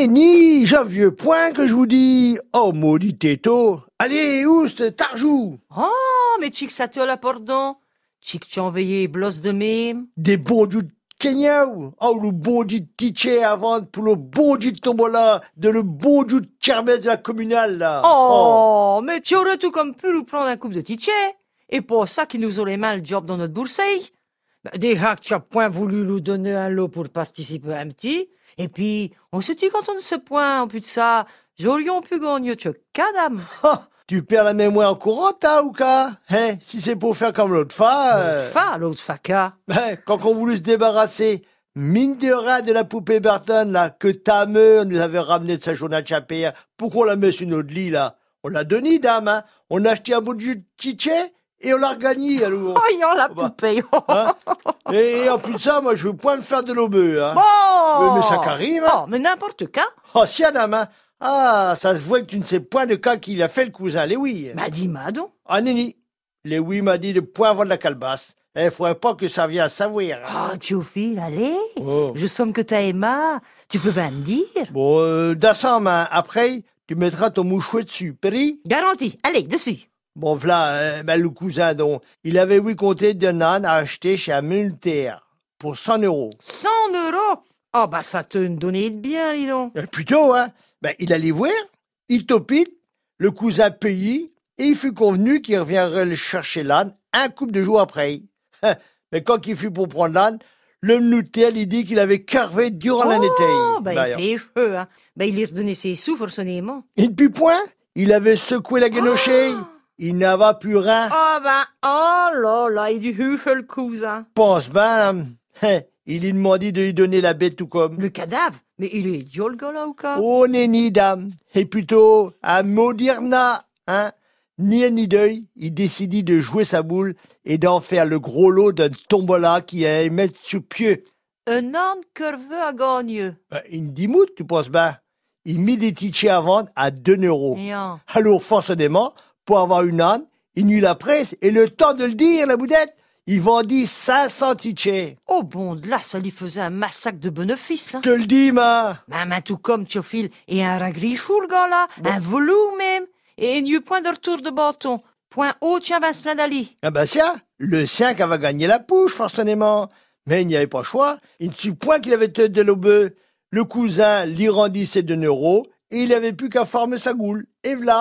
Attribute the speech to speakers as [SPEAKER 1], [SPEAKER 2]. [SPEAKER 1] Nenni, j'en vieux point que je vous dis. Oh, maudit této. Allez, oust, tarjou.
[SPEAKER 2] Oh, mais chic ça te la pardon. Chic tu envoyé blosse de même.
[SPEAKER 1] Des bondus de Kenyaou. Oh, le bondit de Tiché à vendre pour le bondit de Tombola, de le bondit de Kermesse de la communale, là.
[SPEAKER 2] Oh, mais tu aurais tout comme pu nous prendre un couple de tichets. Et pour ça qu'ils nous auraient mal job dans notre bourseille. Ben, déjà que tu as point voulu nous donner un lot pour participer à un petit. Et puis, on se dit quand on ne se point, en plus de ça, j'aurions pu gagner que cadam.
[SPEAKER 1] Ah, tu perds la mémoire courante, hein, Ouka Hein, si c'est pour faire comme l'autre fois... euh,
[SPEAKER 2] L'autre fa, l'autre faca.
[SPEAKER 1] ben, quand on voulut se débarrasser, mine de rien, de la poupée Burton, là, que ta mère nous avait ramené de sa journée à Chapé, hein, pour qu'on la mette sur notre lit, là. On l'a donnée, dame, hein. On a acheté un bout de jus de tiché et on l'a regagné, alors.
[SPEAKER 2] Voyons la
[SPEAKER 1] bah.
[SPEAKER 2] poupée. Oh.
[SPEAKER 1] Hein et en plus de ça, moi, je veux point me faire de l'obeu, hein.
[SPEAKER 2] Bon
[SPEAKER 1] Mais- mais ça qu'arrive, hein.
[SPEAKER 2] Oh, mais n'importe quoi.
[SPEAKER 1] Oh, si, Adam, hein. Ah, ça se voit que tu ne sais point de quand qu'il a fait le cousin, les oui.
[SPEAKER 2] Bah, dis-moi donc.
[SPEAKER 1] Ah, Nini, les oui m'a dit de point avoir de la calebasse. Eh, faudrait pas que ça vienne à savoir. hein.
[SPEAKER 2] Oh, Théophile, allez.
[SPEAKER 1] Oh.
[SPEAKER 2] Je somme que t'as Emma. Tu peux bien me dire.
[SPEAKER 1] Bon, euh, d'assemble, hein. après, tu mettras ton mouchoir dessus, péri.
[SPEAKER 2] Garanti. Allez, dessus.
[SPEAKER 1] Bon, voilà, euh, ben, le cousin, donc, il avait oui compté d'un âne à acheter chez un muletaire pour 100 euros.
[SPEAKER 2] 100 euros. Oh, bah, ça te une donnée de bien, dis donc.
[SPEAKER 1] Et plutôt, hein, ben, il allait voir, il topite, le cousin payit, et il fut convenu qu'il reviendrait le chercher l'âne un couple de jours après. Mais quand il fut pour prendre l'âne, le muletaire, il dit qu'il avait carvé durant la l'été.
[SPEAKER 2] Oh, bah,
[SPEAKER 1] Ben,
[SPEAKER 2] il pêche, eux, hein. Bah, il lui redonnait ses sous, forcément.
[SPEAKER 1] Et depuis point, il avait secoué la guénochée.
[SPEAKER 2] Ah.
[SPEAKER 1] Il n'avait plus rien.
[SPEAKER 2] Oh, bah, oh là là, il lui huche le cousin.
[SPEAKER 1] Pense ben, hein, il lui demandait de lui donner la bête tout comme.
[SPEAKER 2] Le cadavre Mais il est idiot, le gars, là, ou quoi
[SPEAKER 1] Oh nenni dame, et plutôt à Modirna, hein. Ni un ni deuil, il décidit de jouer sa boule et d'en faire le gros lot d'un tombola qui allait mettre sous pied.
[SPEAKER 2] Un âne curveux à gagneux.
[SPEAKER 1] Euh, Une dimoute, tu penses ben Il mit des tickets à vendre à 2 euros.
[SPEAKER 2] Rien.
[SPEAKER 1] Alors, forcément, pour avoir une âne, il n'eut la presse et le temps de le dire, la boudette, il vendit 500 tickets.
[SPEAKER 2] Oh, bon, de là, ça lui faisait un massacre de bénéfices, hein.
[SPEAKER 1] Je te le dis, ma
[SPEAKER 2] Ben, ben, tout comme Théophile, et un ragrichou, le gars, là, un velours même, et il n'y a eu point de retour de bâton. Point haut, tiens, Vincent d'Ali.
[SPEAKER 1] Ah ben tiens, le sien qui avait gagné la pouche, forcément. Mais il n'y avait pas choix. Il ne sut point qu'il avait tête de l'obeu. Le cousin l'y rendit ses deux euros et il n'avait plus qu'à former sa goule. Et voilà.